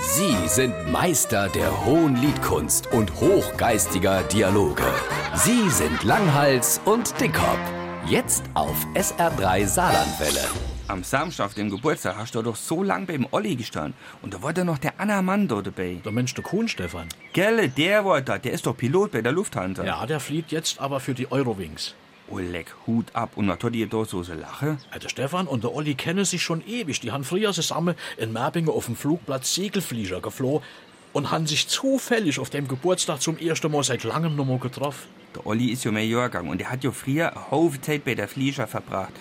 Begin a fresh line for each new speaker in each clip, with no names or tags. Sie sind Meister der hohen Liedkunst und hochgeistiger Dialoge. Sie sind Langhals und Dickhop. Jetzt auf SR3 Saarlandwelle.
Am Samstag, auf dem Geburtstag, hast du doch so lang beim Olli gestanden. Und da war doch noch der Anamando dabei.
Der Mensch, der Kuhn, Stefan.
Gelle, der war da. Der ist doch Pilot bei der Lufthansa.
Ja, der fliegt jetzt aber für die Eurowings.
Oh, leck, Hut ab. Und was tut ihr da so so lache?
Ja, Äh, Der Stefan und der Olli kennen sich schon ewig. Die haben früher zusammen in Merbingen auf dem Flugplatz Segelflieger geflohen und haben sich zufällig auf dem Geburtstag zum ersten Mal seit langem nochmal getroffen.
Der Olli ist ja Majorgang und der hat ja früher eine Haufe Zeit bei der Flieger verbracht.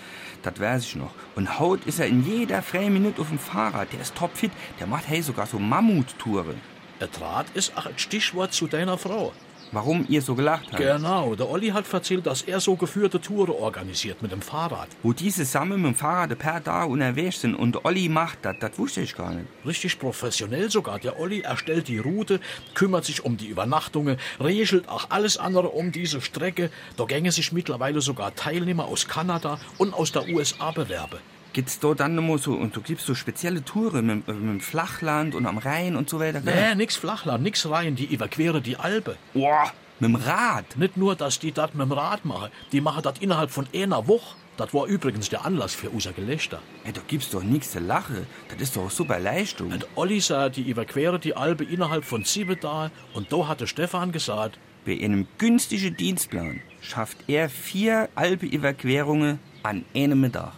Das weiß ich noch. Und haut ist er in jeder freien Minute auf dem Fahrrad. Der ist topfit. Der macht hey sogar so Mammuttouren.
Der Draht ist auch ein Stichwort zu deiner Frau.
Warum ihr so gelacht habt?
Genau, der Olli hat erzählt, dass er so geführte Touren organisiert mit dem Fahrrad.
Wo die zusammen mit dem Fahrrad per Tag unterwegs sind und der Olli macht das, das wusste ich gar nicht.
Richtig professionell sogar. Der Olli erstellt die Route, kümmert sich um die Übernachtungen, regelt auch alles andere um diese Strecke. Da gänge sich mittlerweile sogar Teilnehmer aus Kanada und aus der USA bewerben.
Gibt's da dann nochmal so, und du gibst so spezielle Touren mit, äh, mit dem Flachland und am Rhein und so weiter?
Nee, nix Flachland, nix rein, die überqueren die Alpe.
Boah, mit dem Rad.
Nicht nur, dass die das mit dem Rad machen, die machen das innerhalb von einer Woche. Das war übrigens der Anlass für unser Gelächter.
Hey, da gibt's doch nichts zu lachen. Das ist doch super Leistung.
Und Olli sah, die überqueren die Alpe innerhalb von sieben Tagen und da hatte Stefan gesagt,
Bei einem günstigen Dienstplan schafft er vier Alpe-Überquerungen an einem Mittag.